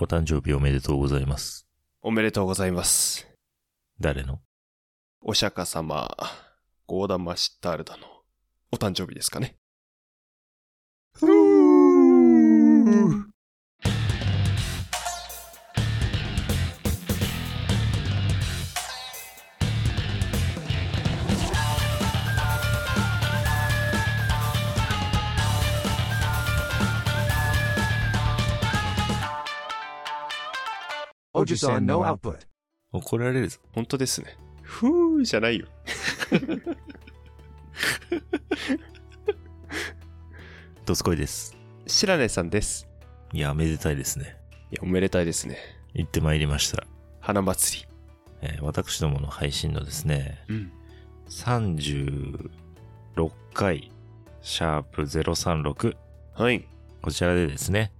お誕生日おめでとうございます。おめでとうございます。誰のお釈迦様、ゴーダマシッタールダのお誕生日ですかね。 Ojisan no output. 怒られるぞ。本当ですね。ふーじゃないよ。どすこいです。白根さんです。いや、めでたいですね。いや、おめでたいですね。行ってまいりました。花祭えー私どもの配信のですね、り。うん。 36回、シャープ036、はい。こちらでですね、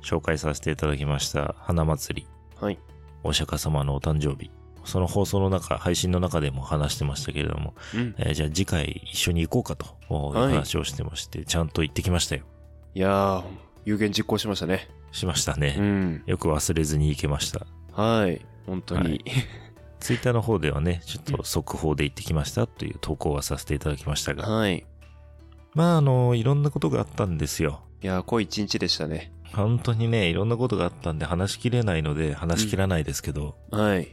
紹介させていただきました、花祭り、はい。お釈迦様のお誕生日。その放送の中、配信の中でも話してましたけれども、うん。えーじゃあ次回一緒に行こうかと、おはい話をしてまして、ちゃんと行ってきましたよ。いやー、有言実行しましたね。しましたうね。ん。よく忘れずに行けました。はい。本当に。ツイッターの方ではね、ちょっと速報で行ってきましたという投稿はさせていただきましたが、はい。まああの、いろんなことがあったんですよ。いやー、濃い一日でしたね。本当にね、いろんなことがあったんで話しきれないので話しきらないですけど、はい。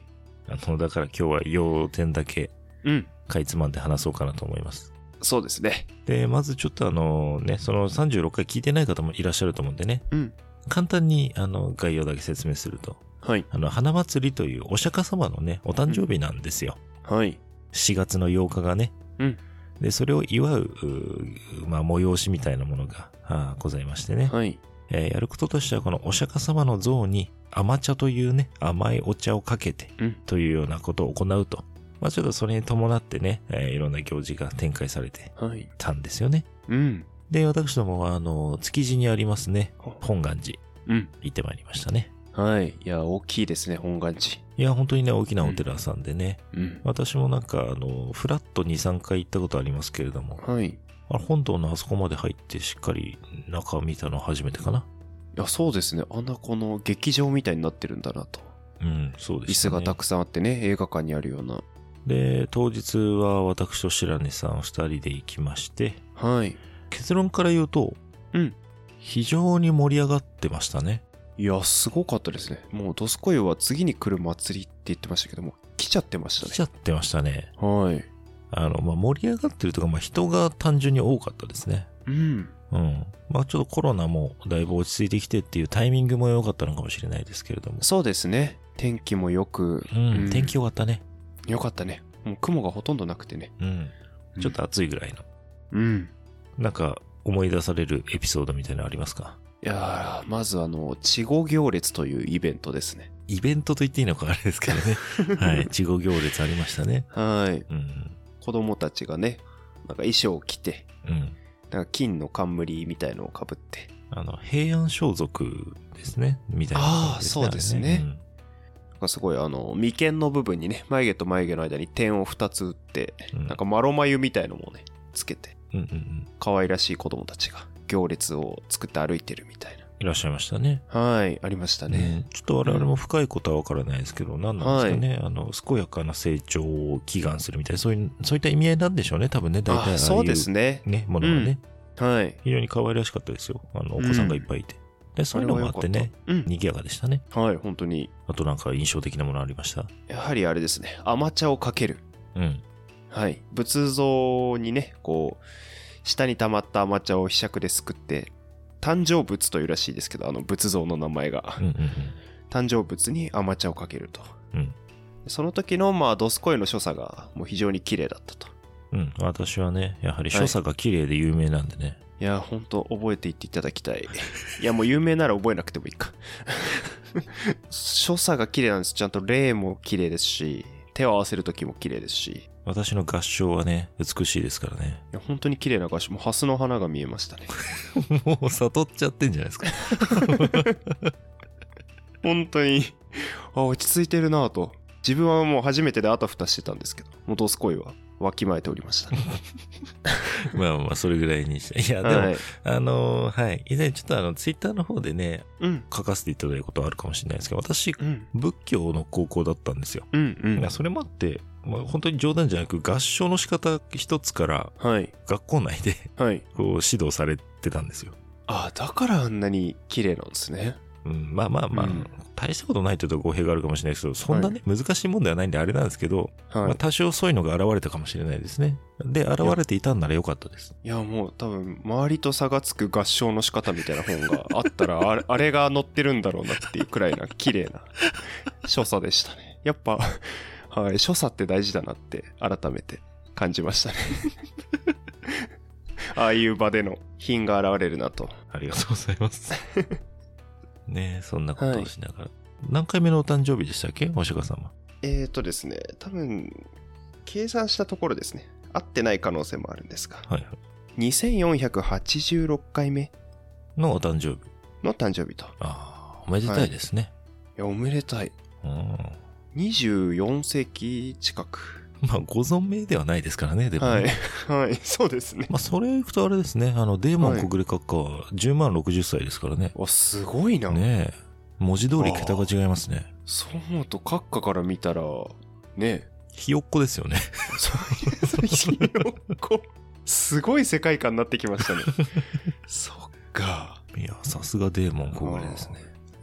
あの、だから今日は要点だけうん。かいつまんで話そうかなと思います。そうですね。で、まずちょっとあのね、その36回聞いてない方もいらっしゃると思うんでね、うん。簡単にあの概要だけ説明すると、はい。あの、花祭りというお釈迦様のね、お誕生日なんですよ。はい。 4月の8日がね、うんでそれを祝ううまあ、催しみたいなものがあーございましてね、はい。えーやることとしてはこのお釈迦様の像に甘茶というね甘いお茶をかけてうんというようなことを行うと、まあ、ちょっとそれに伴ってね、えーいろんな行事が展開されてはい。たんですよねうん。で私どもはあの築地にありますねほ本願寺うん。行ってまいりましたねはい。いやー、大きいですね、本願寺。いや本当にね大きなお寺さんでね、うん。私もなんかあのフラット23回行ったことありますけれどもはい。あれ本堂のあそこまで入ってしっかり中見たの初めてかな。いや、そうですね。あんなこの劇場みたいになってるんだなと。うん、そうで椅す、子ね。がたくさんあってね、映画館にあるような。で、当日は私と白根さん二人で行きまして、はい。結論から言うと、うん。非常に盛り上がってましたね。いや、すごかったですね。もう、ドスコイは次に来る祭りって言ってましたけども、来ちゃってまし来たちゃってましたね。ね。はい。あの、まあ、盛り上がってるというか、まあ、人が単純に多かったですね。うん。うん。まあ、ちょっとコロナもだいぶ落ち着いてきてっていうタイミングも良かったのかもしれないですけれども。そうですね。天気もよく。うん、天気良かったね。よかったね。もう雲がほとんどなくてね。うん。ちょっと暑いぐらいの。うん。なんか思い出されるエピソードみたいなのありますかいやー、まずあの、稚語行列というイベントですね。イベントと言っていいのかあれですけどね。はい。 稚語行列ありましたね。はい。うん。子供たちがね、なんか衣装を着て、うん。なんか金の冠みたいのをかぶって。あの、平安装束ですね。みたいな感じ、あーそうですねなんかすごいあの、眉間の部分にね、眉毛と眉毛の間に点を2つ打って、うんなんかマロ眉みたいのもね、つけて、あれねうんうんうん。可愛らしい子供たちが行列を作って歩いてるみたいな。いらっしゃいましたね。はい、ありましたね。うんちょっと我々も深いことは分からないですけど、何なんですかね、あの、健やかな成長を祈願するみたいな、そういう、そういった意味合いなんでしょうね、多分ね、大体ああいあ、そうですね。ね。ね、ものがね、はい。非常に可愛らしかったですよ。あの、お子さんがいっぱいいて。で、そういうのもあってね、あれは良かっ賑やかでしたね。た。うん。はい、本当に。あとなんか印象的なものありましたやはりあれですね、甘茶をかける。うん。はい。仏像にね、こう、下に溜まった甘茶をひしゃくですくって、誕生仏というらしいですけど、あの仏像の名前がうん。うん誕生物に甘茶をかけると、うんその時のまあドスコイの所作がもう非常に綺麗だったとうん。うん。私はね、やはり所作が綺麗で有名なんでね。いやほんと覚えていっていただき たいいやもう有名なら覚えなくてもいいか所作が綺麗なんですちゃんと霊も綺麗ですし手を合わせる時も綺麗ですしい私の合唱はね、美しいですからね。や本当に綺麗な合唱もう蓮の花が見えましたね もう悟っちゃってんじゃないですか。本当にあ落ち着いてるなぁと自分はもう初めてであたふたしてたんですけどもうドスコイはわきまえておりました。 まあまあ、それぐらいにして。いや、でも、はい。あのーはい。以前ちょっとあの、ツイッターの方でね、うん。書かせていただいたことあるかもしれないですけど、私、うん。仏教の高校だったんですよ。うん。うんまあ。それもあって、まあ、本当に冗談じゃなく、合唱の仕方一つから、はい。学校内ではい。こう指導されてたんですよ。ああ、だからあんなに綺麗なんですね。うん、まあまあまあ、うん大したことないというと語弊があるかもしれないですけど、そんなね、難しいもんではないんであれなんですけど、まはあ、い。多少そういうのが現れたかもしれないですね。で、現れていたんならよかったです。いや、もう多分、周りと差がつく合唱の仕方みたいな本があったら、 あれあれが載ってるんだろうなっていうくらいな、綺麗な所作でしたね。やっ ぱ、はい、所作って大事だなって、改めて感じました ね。ああいう場での品が現れるなと。ありがとうござい ます。ねえそんなことをしながら。何回目のお誕生日でしたっけお釈迦様。えーとですね、多分、計算したところですね。合ってない可能性もあるんですが、はいはい。 2486回目のお誕生日。の誕生日と。いああ、おめでたいですね。や、おめでたい。24世紀近く。うん。まあ、ご存命ではないですからね、でもね、はい。はい、 そうですね。まあ、それ行くとあれですね。あの、デーモン国立閣下は10万60歳ですからね。わ、すごいな。ねえ。文字通り桁が違いますね。そう思うと、閣下から見たら、ね。ひよっこですよね。そういう、こう、すごい世界観になってき ましたね。そっか。いや、さすがデーモン国立ですね。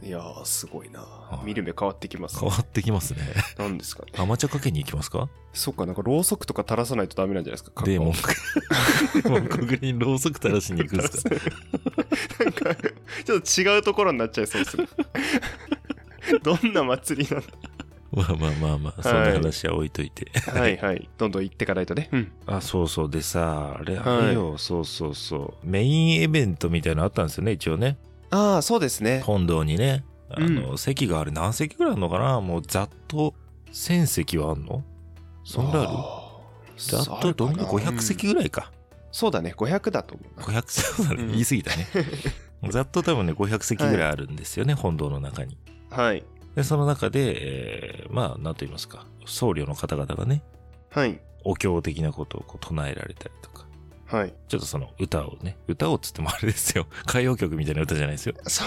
いやー、すごいな。い見る目変わってきます変ね。わってきますね。なんですかね。アマチャかけに行きますかそっか、なんかろうそくとか垂らさないとダメなんじゃないです か。デーモンン。。デーモン国立にろうそく垂らしに行くんですかなんか、ちょっと違うところになっちゃいそ うですね。どんな祭りなのまあまあまあまあ、そんな話は置いといて。はいはい。どんどん行ってかないとね。うん。あ、そうそう。でさ、あれ、はいあれよ、そうそうそう。メインイベントみたいなのあったんですよね、一応ね。ああ、そうですね。本堂にね。あの、う席があれ何席ぐらいあるのかなもうざっと1000席はあんのそんぐらいあるざっとどんぐらい500席うんぐらいか。そうだね、500だと思うな。 500席だねうん言い過ぎ たね。ざっと多分ね、500席ぐらいあるんですよね、本堂の中に。はい。で、その中で、えーまあ、なんと言いますか、僧侶の方々がね、はい。お経的なことをこう唱えられたりとか、はい。ちょっとその歌をね、歌をっつってもあれですよ、 歌謡曲みたいな歌じゃないですよ。そ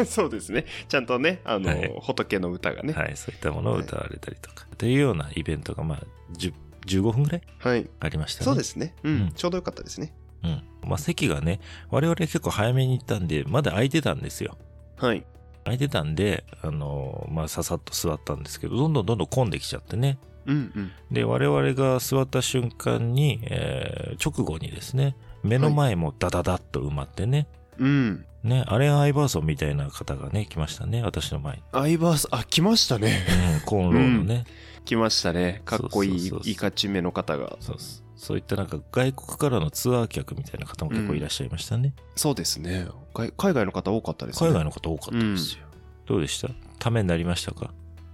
う、 そうですね。ちゃんとね、あの、はい仏の歌がね。はい、そういったものを歌われたりとか、というようなイベントが、まあ、10 15分ぐらいはい。ありましたね。そうですね。ううんん。ちょうどよかったですね。うん。まあ、席がね、我々結構早めに行ったんで、まだ空いてたんですよ。はい。空いてたんで、あのーまあ、ささっと座ったんですけど、どんどんどんどん混んできちゃってね。うんうん。で、我々が座った瞬間に、えー直後にですね、目の前もダダダッと埋まってね、うん。ね、アレン・アイバーソンみたいな方がね、来ましたね、私の前に。アイバース、あ、来ましたね。うん、コーンローのね。来ましたね。かっこいいそうそうそう、そういかちめの方が。そうですそういったなんか外国からのツアー客みたいな方も結構いらっしゃいましたね。そうですね。海海外の方多かったですね。海外の方多かったですよ。どうでしたためになりましたか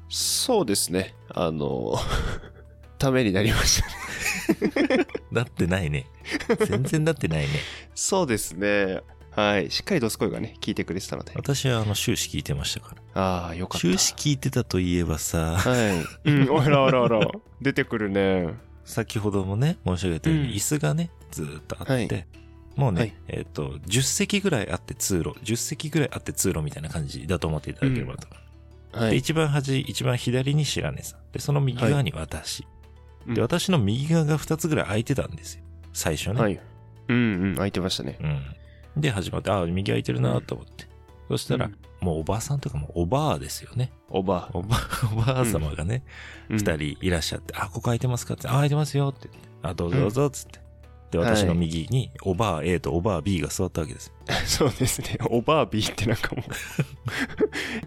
そうですね。あの、 ためになりました。なってない ね。全然なってないね。そうですね。はい。しっかりドスコイがね、聞いてくれてたので。私はあの終始聞いてましたから。ああ、よかった。終始聞いてたといえばさ、はい。うん、あらあらあら。出てくるね。 先ほどもね、申し上げたよううんに椅子がね、ずーっとあって、はいもうね、はいえっ、と、10席ぐらいあって通路、10席ぐらいあって通路みたいな感じだと思っていただければと。はで、い。一番端、一番左に白根さん。で、その右側に私。うんで、私の右側が2つぐらい空いてたんですよ。最初ね。はい。うんうん、空いてましたね。うん。で、始まって、ああ、右空いてるなと思って。そしたら、うんもうおばあさんとかもおばあですよね。おばおば あ、おばあ様がね、二二、人いらっしゃって、あ、ここ空いてますかって、あ、空いてますよって言って、あ、どうぞどうぞっつって。で、はい私の右に、おばあ A とおばあ B が座ったわけ です。そうですね。おばあびーってなんかも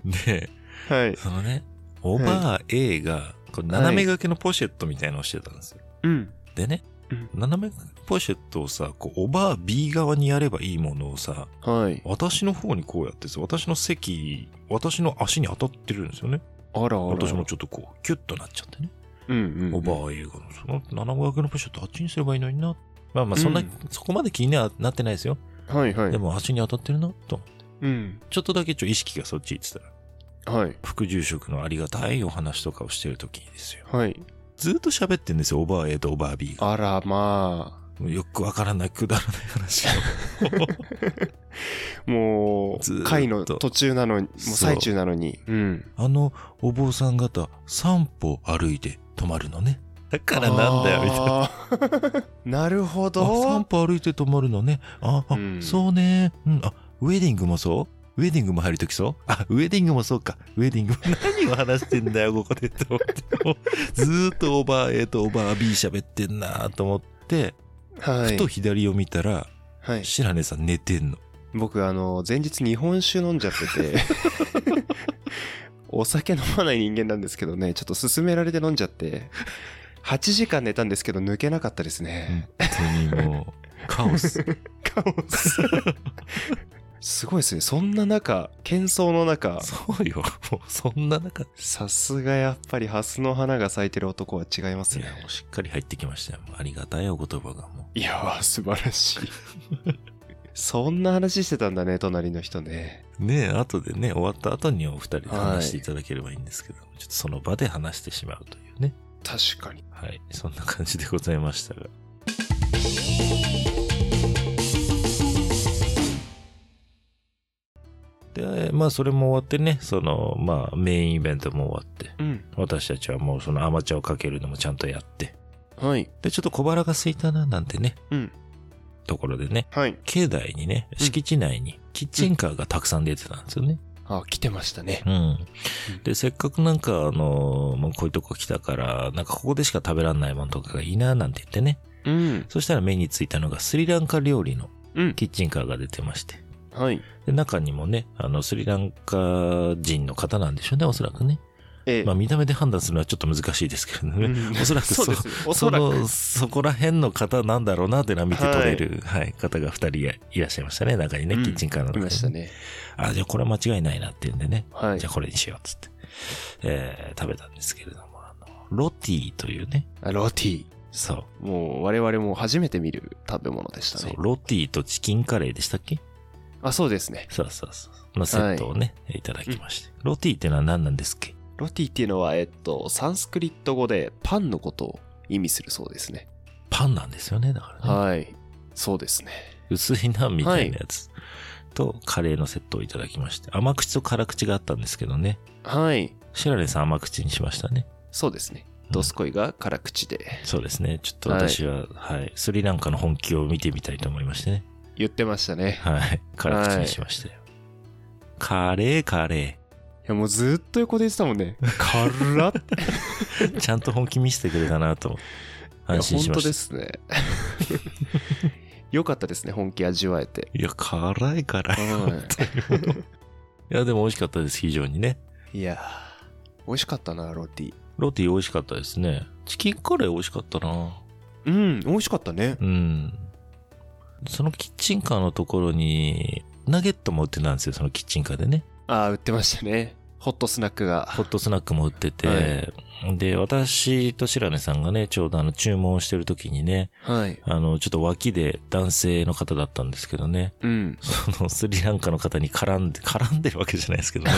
で、う。はい。そのね、おばあ A が、こう斜め掛けのポシェットみたいなのをしてたんですよ。うん。でねうん、斜め掛けポシェットをさ、こう、おばあ B 側にやればいいものをさ、はい。私の方にこうやってさ、私の席、私の足に当たってるんですよね。あらあら。私もちょっとこう、キュッとなっちゃってね。うんうん。おばあ映画の、その斜め掛けのポシェットあっちにすればいいのにな。まあまあ、そんな、うんそこまで気にはなってないですよ。あ。はいはい。でも、あっちに当たってるな、と。うん。ちょっとだけちょ意識がそっち行ってたら、はい。副住職のありがたいお話とかをしてる時にですよ。はい。ずっと喋ってんですよ、オーバー A とオーバー B が。あら、まよくわからないくだらない話を。あ、もずーっう、と回の途中なのに、もうそう最中なのに。うん。あのお坊さん方、3歩歩いて止まるのね。だからなんだよ、みたいな。あたいな。 なるほ3ど。歩歩いて止まるのね。あ、あうんそうね。うん、あ、ウェディングもそうウェディングも入るときそうあ、ウェディングもそうか。ウェディングも 何を話してんだよ、ここでと思って。もうずーっとオーバー A とオーバー B 喋ってんなと思って、はふいと。左を見たら、はい、白根さん寝てんの。僕、あの、前日日本酒飲んじゃって て。お酒飲まない人間なんですけどね、ちょっと勧められて飲んじゃって。8時間寝たんですけど、抜けなかったですね。本当に もう、カオス。カオス。すごいですね。そんな中、喧騒の中、そうよ。 もうそんな中。さすがやっぱりハスの花が咲いてる男は違いますいねや、。もうしっかり入ってきましたよ。もうありがたいお言葉がもいやー、素晴らしい。そんな話してたんだね、隣の人ね。う。ねえ、後でね、終わった後にお二人で話していただければいいんですけど、ちょっとその場で話してしまうというね。確かに。はい。そんな感じでございましたが。で、まあ、それも終わってね、その、まあ、メインイベントも終わって、うん。私たちはもうそのアマチュアをかけるのもちゃんとやって、はい。で、ちょっと小腹が空いたな、なんてね、うん。ところでね、はい。境内にね、敷地内に、キッチンカーがたくさん出てたんですよね。あ、来てましたね。うん。で、せっかくなんか、あの、まあ、こういうとこ来たから、なんかここでしか食べられないものとかがいいな、なんて言ってね。うん。そしたら目についたのがスリランカ料理のうん。キッチンカーが出てまして。はい。で、中にもね、あの、スリランカ人の方なんでしょうね、おそらくね。ええまあ、見た目で判断するのはちょっと難しいですけれどね。うんおそらくそうそでうすね。おそらく。の、そこら辺の方なんだろうなっていうのは見て取れる、はい、方が二人いらっしゃいましたね。中にね、うんキッチンカーの中いにましたね。あ、じゃあこれは間違いないなっていうんでね。はいじゃ。あこれにしようっつって。えー食べたんですけれども、あの、ロティというね。あロティ。そう。もう、我々も初めて見る食べ物でしたそうね。ロティとチキンカレーでしたっけあ、そうですね。そうそうそう。のセットをね、い、ただきまして。ロティってのは何なんですっけロティっていうのは、えっと、サンスクリット語でパンのことを意味するそうですね。パンなんですよね、だからね。はい。そうですね。薄いな、みたいなやつ。と、カレーのセットをいただきまして。甘口と辛口があったんですけどね。はい。白根さん甘口にしましたね。そうですね。ドスコイが辛口でそうですね。ちょっと私は、はい、スリランカの本気を見てみたいと思いましてね。言ってましたね。はい。辛口にしましたよ。カレー、カレいやもうずっと横で言ってたもんね。辛っー。ちゃんと本気見せてくれたなと。 安心しまいや本当でしす ね。よかったですね、本気味わえて。た。いや、辛い辛い。はいや、でも美味しかったです、非常にね。い、いやー、美味しかったな、ロティ。ロティ美味しかったですね。チキンカレー美味しかったな。うん、美味しかったね。うん。そのキッチンカーのところに、ナゲットも売ってたんですよ、そのキッチンカーでね。ああ、売ってましたね。ホットスナックが。ホットスナックも売ってて、はで、私と白根さんがね、ちょうどあの、注文してる時にね、はい。あの、ちょっと脇で男性の方だったんですけどね、 うん。そのスリランカの方に絡んで、絡んでるわけじゃないですけどね。は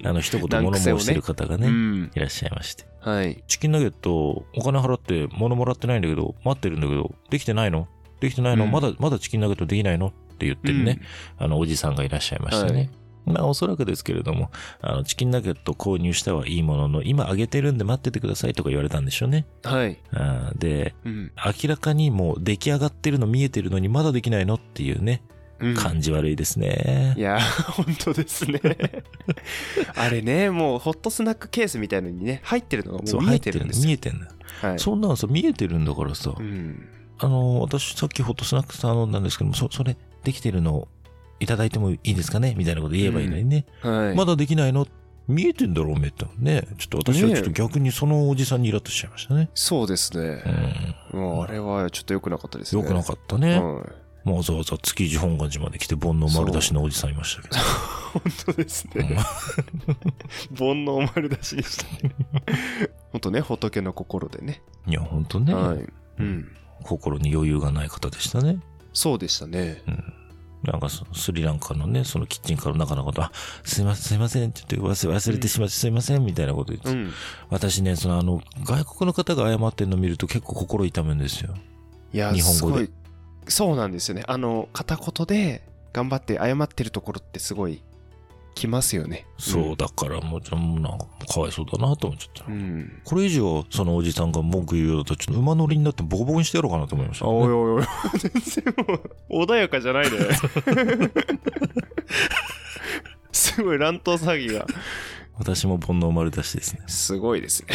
いあの、一言難物癖をね申してる方がうね、ん。いらっしゃいまして。はい。チキンナゲット、お金払って物もらってないんだけど、待ってるんだけど、できてないのできてないの、うんまだ、まだチキンナゲットできないのって言ってるね、あの、おじさんがいらっしゃいましてね。まあ、おそらくですけれども、あの、チキンナゲット購入したはいいものの、今あげてるんで待っててくださいとか言われたんでしょうね。うん。はい。あーで、うん。明らかにもう出来上がってるの見えてるのにまだできないのっていうね、うん感じ悪いですね。いやー、本当です ね。あれね、もうホットスナックケースみたいのにね、入ってるのがもそうう見えてるんです入よ。ってんだ見えてんだ、はい。そんなのさ、見えてるんだからさ、うん。あの、私さっきホットスナック頼んだんですけども、そ、それできてるのをいただいてもいいですかねみたいなこと言えばいいのにね。はい。まだできないの見えてんだろ、おめえと。ね。ちょっと私はちょっとねえ逆にそのおじさんにイラッとしちゃいましたね。そうですね。うもうあれはちょっと良くなかったですん。ね。よくなかったたね。はい。もうわざわざ築地本願寺まで来て煩悩丸出しのおじさんいましたけど。本当ですね。煩悩丸出しで したね。本当ね、仏の心でね。いや、ほんとね、はい。うん。心に余裕がない方でしたね。そうでしたね。うんなんかそのスリランカのね、そのキッチンからの中のこと、あ、すいません、すいません、ちょっと忘れ忘れてしまって、すいません、みたいなこと言って、うん。私ね、そのあの、外国の方が謝ってるの見ると結構心痛むんですよ。いや、日本語ですごい。そうなんですよね。あの、片言で頑張って謝ってるところってすごい来ますよね。そう、だからもう、ちょもうなんか、かわいそうだなと思っちゃった。うん。うん。これ以上、そのおじさんが文句言うようだと、ちょっと馬乗りになってボコボコにしてやろうかなと思いました、あおいおいおい、 全然もう穏やかじゃないね。 すごい乱闘詐欺が。私も煩悩丸出しですね。すごいですね。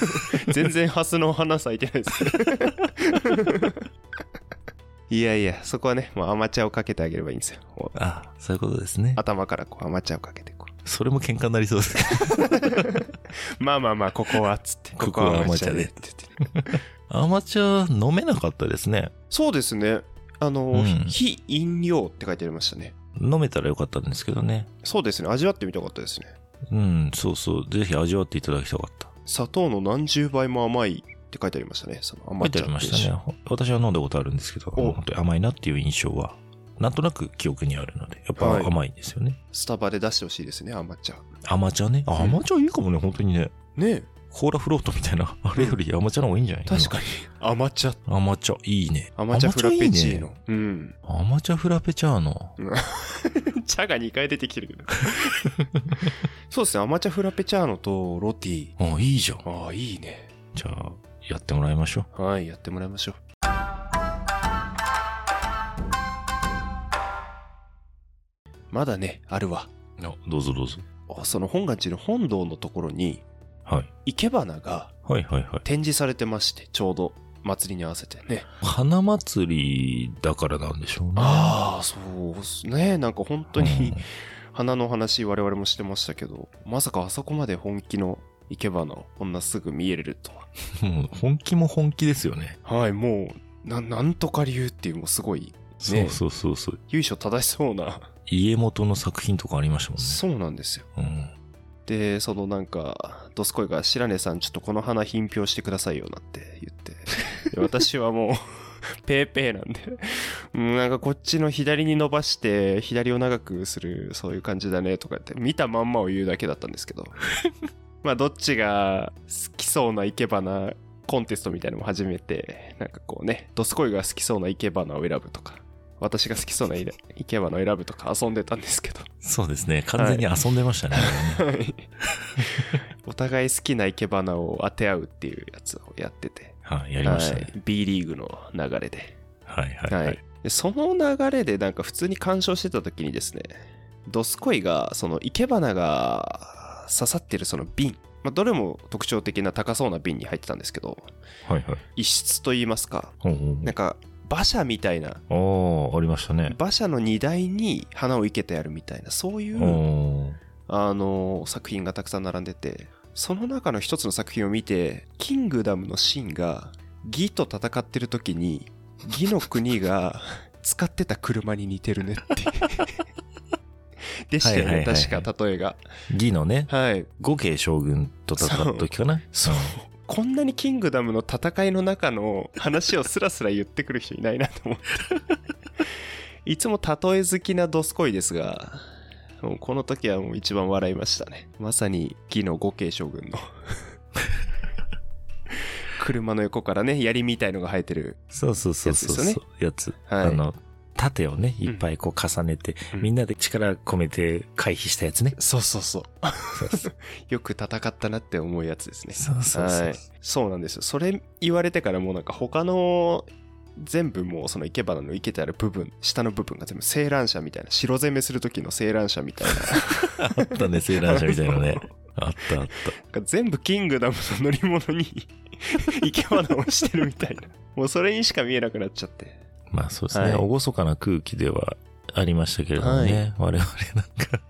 全然ハスの花咲いてない ですね。いやいや、そこはね、もうアマチュアをかけてあげればいいんですよ。こうあそういうことですね。頭からこうアマチュアをかけてこそれも喧嘩になりそうです。 う。まあまあまあ、ここはっつって。 ここはアマチュアでここはって言って。アマチュア飲めなかったですね。そうですね。あの、うん非飲料って書いてありましたね。飲めたらよかったんですけどね。そうですね。味わってみたかったですね。うん、そうそう。ぜひ味わっていただきたかった。砂糖の何十倍も甘いって書いてありましたね。その書甘いてありましたね。私は飲んだことあるんですけど、お本当に甘いなっていう印象は、なんとなく記憶にあるので、やっはぱい甘いんですよね。スタバで出してほしいですね、甘茶。甘茶ね。あ、うん甘茶いいかもね、本当にね。ねコーラフロートみたいな、あれより甘茶の方がいいんじゃない確かに。甘茶。に。甘茶、いいね。甘茶フラペチいーノ。いねうん。甘茶フラペチャーノ。 茶が2回出てきてるけど。 そうですね、アマチャフラペチャーノとロティ。あ、いいじゃん。ああ、いいね。じゃあ、やってもらいましょう。はい、やってもらいましょう。まだね、あるわ。あどうぞどうぞ。その本願寺の本堂のところに、はい。生け花がはいはいはい。展示されてまして、ちょうど祭りに合わせてね。花祭りだからなんでしょうね。ああ、そうっすね。なんか本当うにん、花の話我々もしてましたけどまさかあそこまで本気の生け花をこんなすぐ見えれるともう本気も本気ですよね。ははいもうななんとか流っていうもうすごいそうそうそうそう。由緒正しそうな、家元の作品とかありましたもんね。そうなんですようん、でそのなんかどすこいが「白根さんちょっとこの花品評してくださいよ」なって言ってで私はもう ペーペーなんでうんなんかこっちの左に伸ばして左を長くするそういう感じだねとか言って見たまんまを言うだけだったんですけどまあどっちが好きそうな生け花コンテストみたいなのも始めてなんかこうねどすこいが好きそうな生け花を選ぶとか私が好きそうな生け花を選ぶとか遊んでたんですけどそうですね。完全に遊んでましたね。はいお互い好きな生け花を当て合うっていうやつをやってて、 はい、やりましたはね。い B リーグの流れで,、はい、はい、ははいい、でその流れでなんか普通に鑑賞してた時にですねドスコイがその生け花が刺さってるその瓶、まあ、どれも特徴的な高そうな瓶に入ってたんですけどはい、はい。一室といいますかほうほうなんか馬車みたいなほうああ、ありましたね。馬車の荷台に花を生けてあるみたいなそういうおーあの作品がたくさん並んでてその中の一つの作品を見て「キングダム」のシーンが義と戦ってる時に義の 国が使ってた車に似てるねってでしたよはいはいはねいはい確か例えが義のね、はい五慶将軍と戦った時かな。そうこんなに「キングダム」の戦いの中の話をスラスラ言ってくる人いないなと 思っていつも例え好きなドスコイですがもうこの時はもう一番笑いましたねまさに義の五慶将軍 の車の横からね槍みたいのが生えてるそうそうそうそうそう。やつやですつ,、はいあの、盾をね、んいっぱいこう重ねて、うんみんなで力込めて回避したやつね。そうそうそうよく戦ったなって思うやつですねそうそうそう。はい、そうなんですよそれ言われてからもうなんか他の全部もうその生け花の生けてある部分下の部分が全部青蘭車みたいな白攻めする時の青蘭車み たいなあったね、セーラー社みたいな ね。あったあった。なんか全部キングダムの乗り物に 生け花をしてるみたいなもうそれにしか見えなくなっちゃってまあそうですね、はい厳かな空気ではありましたけれどもね、我々なんか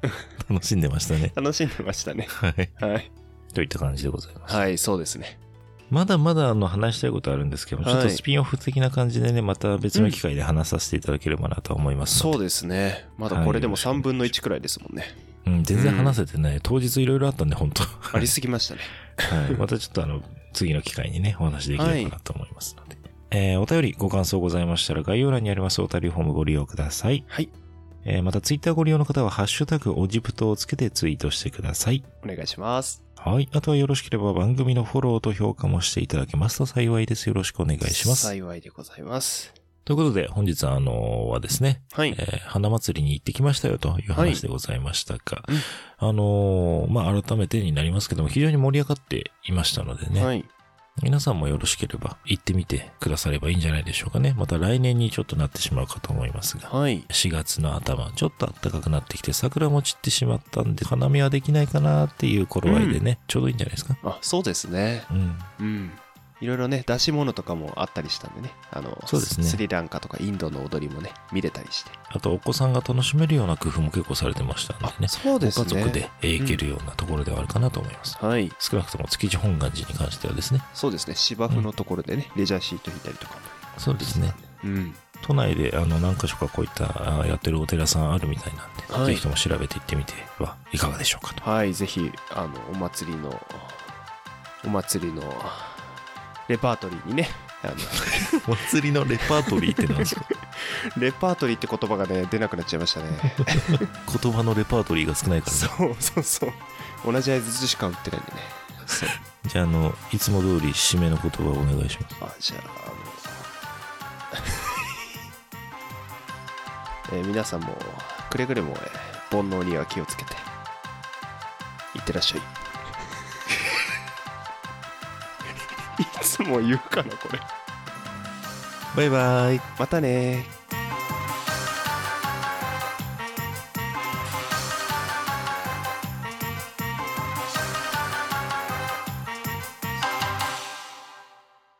楽しんでましたね。楽しんでましたねはい。はいといった感じでございます。はいそうですねまだまだあの話したいことあるんですけども、はいちょっとスピンオフ的な感じでね、また別の機会で話させていただければなと思いますので、そうですねまだこれでも3分の1くらいですもんねうん全然話せてない。当日いろいろあったんで、本当ありすぎましたねはい。またちょっとあの、次の機会にね、お話できればなと思いますので。えー、お便りご感想ございましたら概要欄にありますお便りフォームご利用ください。はいえーまたツイッターご利用の方は、ハッシュタグオジプトをつけてツイートしてください。お願いします。はい。あとはよろしければ番組のフォローと評価もしていただけますと幸いです。よろしくお願いします。幸いでございます。ということで、本日あのはですね、はい。えー花祭りに行ってきましたよというはい話でございましたが、うんあのーまあ、改めてになりますけども、非常に盛り上がっていましたのでね、はい。皆さんもよろしければ行ってみてくださればいいんじゃないでしょうかね。また来年にちょっとなってしまうかと思いますが。はい。 4月の頭、ちょっと暖かくなってきて、桜も散ってしまったんで、花見はできないかなっていう頃合いでね、ちょうどいいんじゃないですか。あ、そうですね。うん。うん。いろいろね、出し物とかもあったりしたんでね。あの、そうですねスリランカとかインドの踊りもね、見れたりして。あと、お子さんが楽しめるような工夫も結構されてましたんでね。そうご家族でえー行けるようなところではあるかなと思います。はい。少なくとも築地本願寺に関してはですね。そうですね。芝生のところでね、レジャーシート引いたりとかも。そうですね。うん。都内であの何か所かこういったあやってるお寺さんあるみたいなんで、はいぜひとも調べていってみてはいかがでしょうかと。はい。ぜひ、あの、お祭りの、お祭りの、レパートリーにね、あの、 お 祭りのレパートリーってなんですかレパートリーって言葉がね、出なくなっちゃいましたね。 言葉のレパートリーが少ないからね。そうそうそう。同じ合図しか売ってないんでね。そう。じゃあ、あの、いつも通り締めの言葉をお願いします。あ、じゃあ、あの えー皆さんも、くれぐれも、えー煩悩には気をつけて、いってらっしゃい。 いつも言うかな、これ。バイバイ。またねー